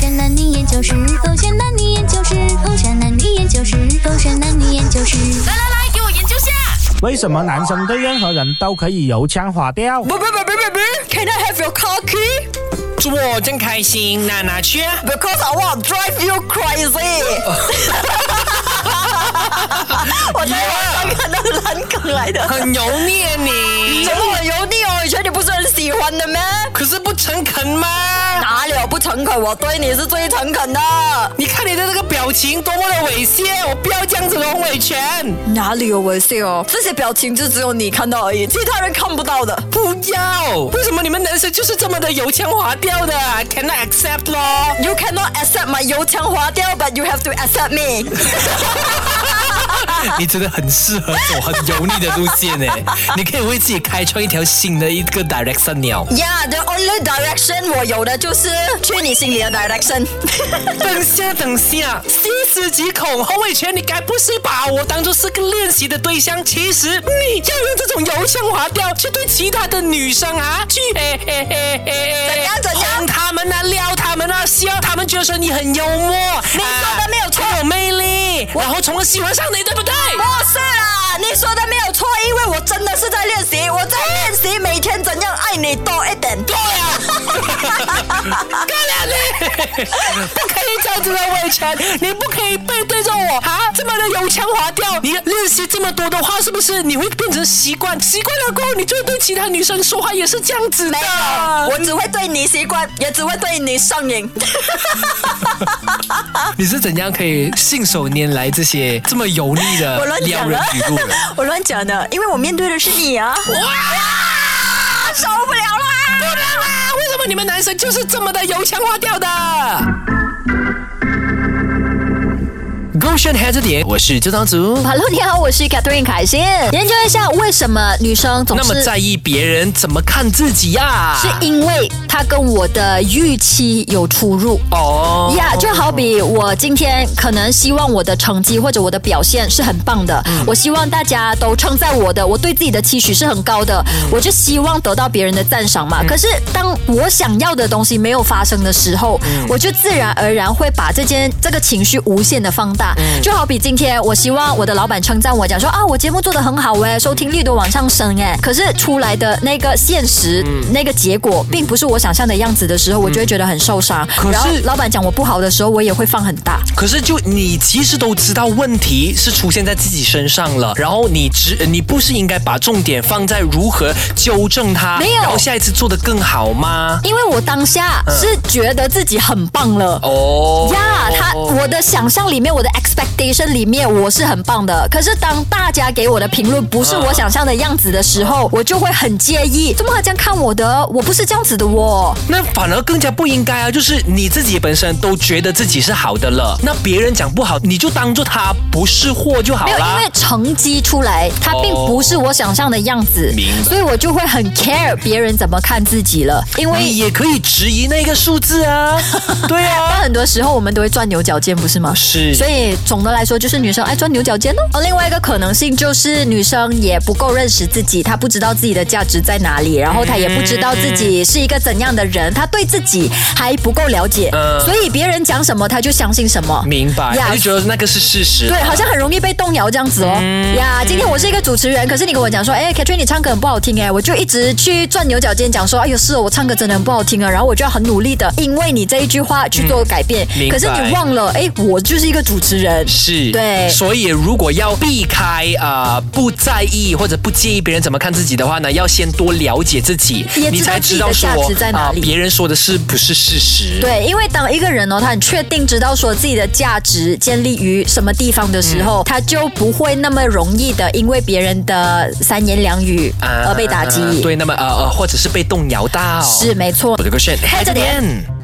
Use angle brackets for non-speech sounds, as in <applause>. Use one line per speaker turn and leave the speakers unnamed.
山男女研究室，风山男女研究室，风山男女研究室，风山男女研究室。
来来来，给我研究下。
为什么男生对任何人都可以油腔滑调？
不不不不不不，Can I have your car key?
祝我真开心，娜娜去啊！
Because I want to drive you <laughs> crazy. 我才刚看到烂梗来的，
很油腻啊你
怎，么很油腻哦？以前你不是很喜欢的咩？
可是不诚恳吗？
哪里有不诚恳？我对你是最诚恳的。
你看你的这个表情多么的猥亵，我不要这样子的红尾拳。
哪里有猥亵哦？这些表情就只有你看到而已，其他人看不到的。
不要！为什么你们男生就是这么的油腔滑调的？Cannot accept 咯。
You cannot accept my 油腔滑调，but you have to accept me
你真的很适合走很油腻的路线呢，欸你可以为自己开创一条新的一个 direction 鸟。
Yeah, the only direction 我有的就是去你心里的 direction。
等下，等下，细思极恐，后卫拳，你该不是把我当做是个练习的对象？其实你要用这种油腔滑调去对其他的女生啊，去诶诶诶诶
怎样怎样
哄他们啊，撩他们啊，笑他们，觉得说你很幽默，你
说的没有错
很有魅力，然后从而喜欢上你，对不对？
不是啦，你说的没有错，因为我真的是在练习，我在练习每天怎样爱你多一点。对啊，
不可以这样子的维权，你不可以背对着我啊，这么的油腔滑调。你练习这么多的话，是不是你会变成习惯？习惯了过后，你就对其他女生说话也是这样子的
没。
啊
有，我只会对你习惯，也只会对你上瘾。
你是怎样可以信手拈来这些这么油腻的
我乱讲
撩
的
人语录的？
我乱讲的，因为我面对的是你啊。哇，受不了啦！
不能 <laughs> 啊！为什么你们男生就是这么的油腔滑调的？Goshen 还是点，我是周长竹。
Hello，你好，我是 Catherine 凯欣。研究一下为什么女生总
那么
是
在意别人怎么看自己呀、
是因为她跟我的预期有出入。
哦
呀就好比我今天可能希望我的成绩或者我的表现是很棒的，我希望大家都称赞我的，我对自己的期许是很高的，我就希望得到别人的赞赏嘛。可是当我想要的东西没有发生的时候，我就自然而然会把这件这个情绪无限的放大。就好比今天我希望我的老板称赞我，讲说啊，我节目做得很好哎，收听率都往上升哎，可是出来的那个现实、那个结果，并不是我想象的样子的时候，我就会觉得很受伤。
是
然后老板讲我不好的时候，我也会放很大。
可是就你其实都知道问题是出现在自己身上了，然后你只你不是应该把重点放在如何纠正它，
没有
然后下一次做得更好吗？
因为我当下是觉得自己很棒了。
嗯哦
呀他我的想象里面，我的 expectation 里面，我是很棒的。可是当大家给我的评论不是
嗯
我想象的样子的时候，我就会很介意。怎么还这样看我的？我不是这样子的哦。
那反而更加不应该啊！就是你自己本身都觉得自己是好的了，那别人讲不好，你就当做他不是货就好
没有，因
啦
为。成绩出来，它并不是我想象的样子，
明白
所以我就会很 care 别人怎么看自己了。因
你
为
也可以质疑那个数字
<laughs>
啊，对啊
但。很多时候我们都会钻牛角尖，不是吗？
是嗯
所以总的来说，就是女生爱钻牛角尖哦。而另外一个可能性就是女生也不够认识自己，她不知道自己的价值在哪里，然后她也不知道自己是一个怎样的人，她对自己还不够了解，
嗯
所以别人讲什么她就相信什么。
明白，
呀
我就觉得那个是事实。
对，好像很容易被动摇这样子哦。
嗯
呀、今天我是一个主持人，可是你跟我讲说，哎，Katrin 你唱歌很不好听哎，我就一直去钻牛角尖，讲说，哎呦，是哦，我唱歌真的很不好听啊。然后我就要很努力的，因为你这一句话去做改变。
嗯明
可
白
是你忘了，哎，我就是一个主持人。
是，
对
所以如果要避开啊、呃不在意或者不介意别人怎么看自己的话呢，要先多了解自己，
也
你
知道
才
自己
知道
的
说呃
价值在哪里
别人说的是不是事实。。
对，因为当一个人哦，他很确定知道说自己的价值建立于什么地方的时
嗯
候，他就不会那么容易的因为别人的三言两语
啊
而被打击。
对，那么呃呃，或者是被动摇到，
是没错
我。的个 s
看着点
n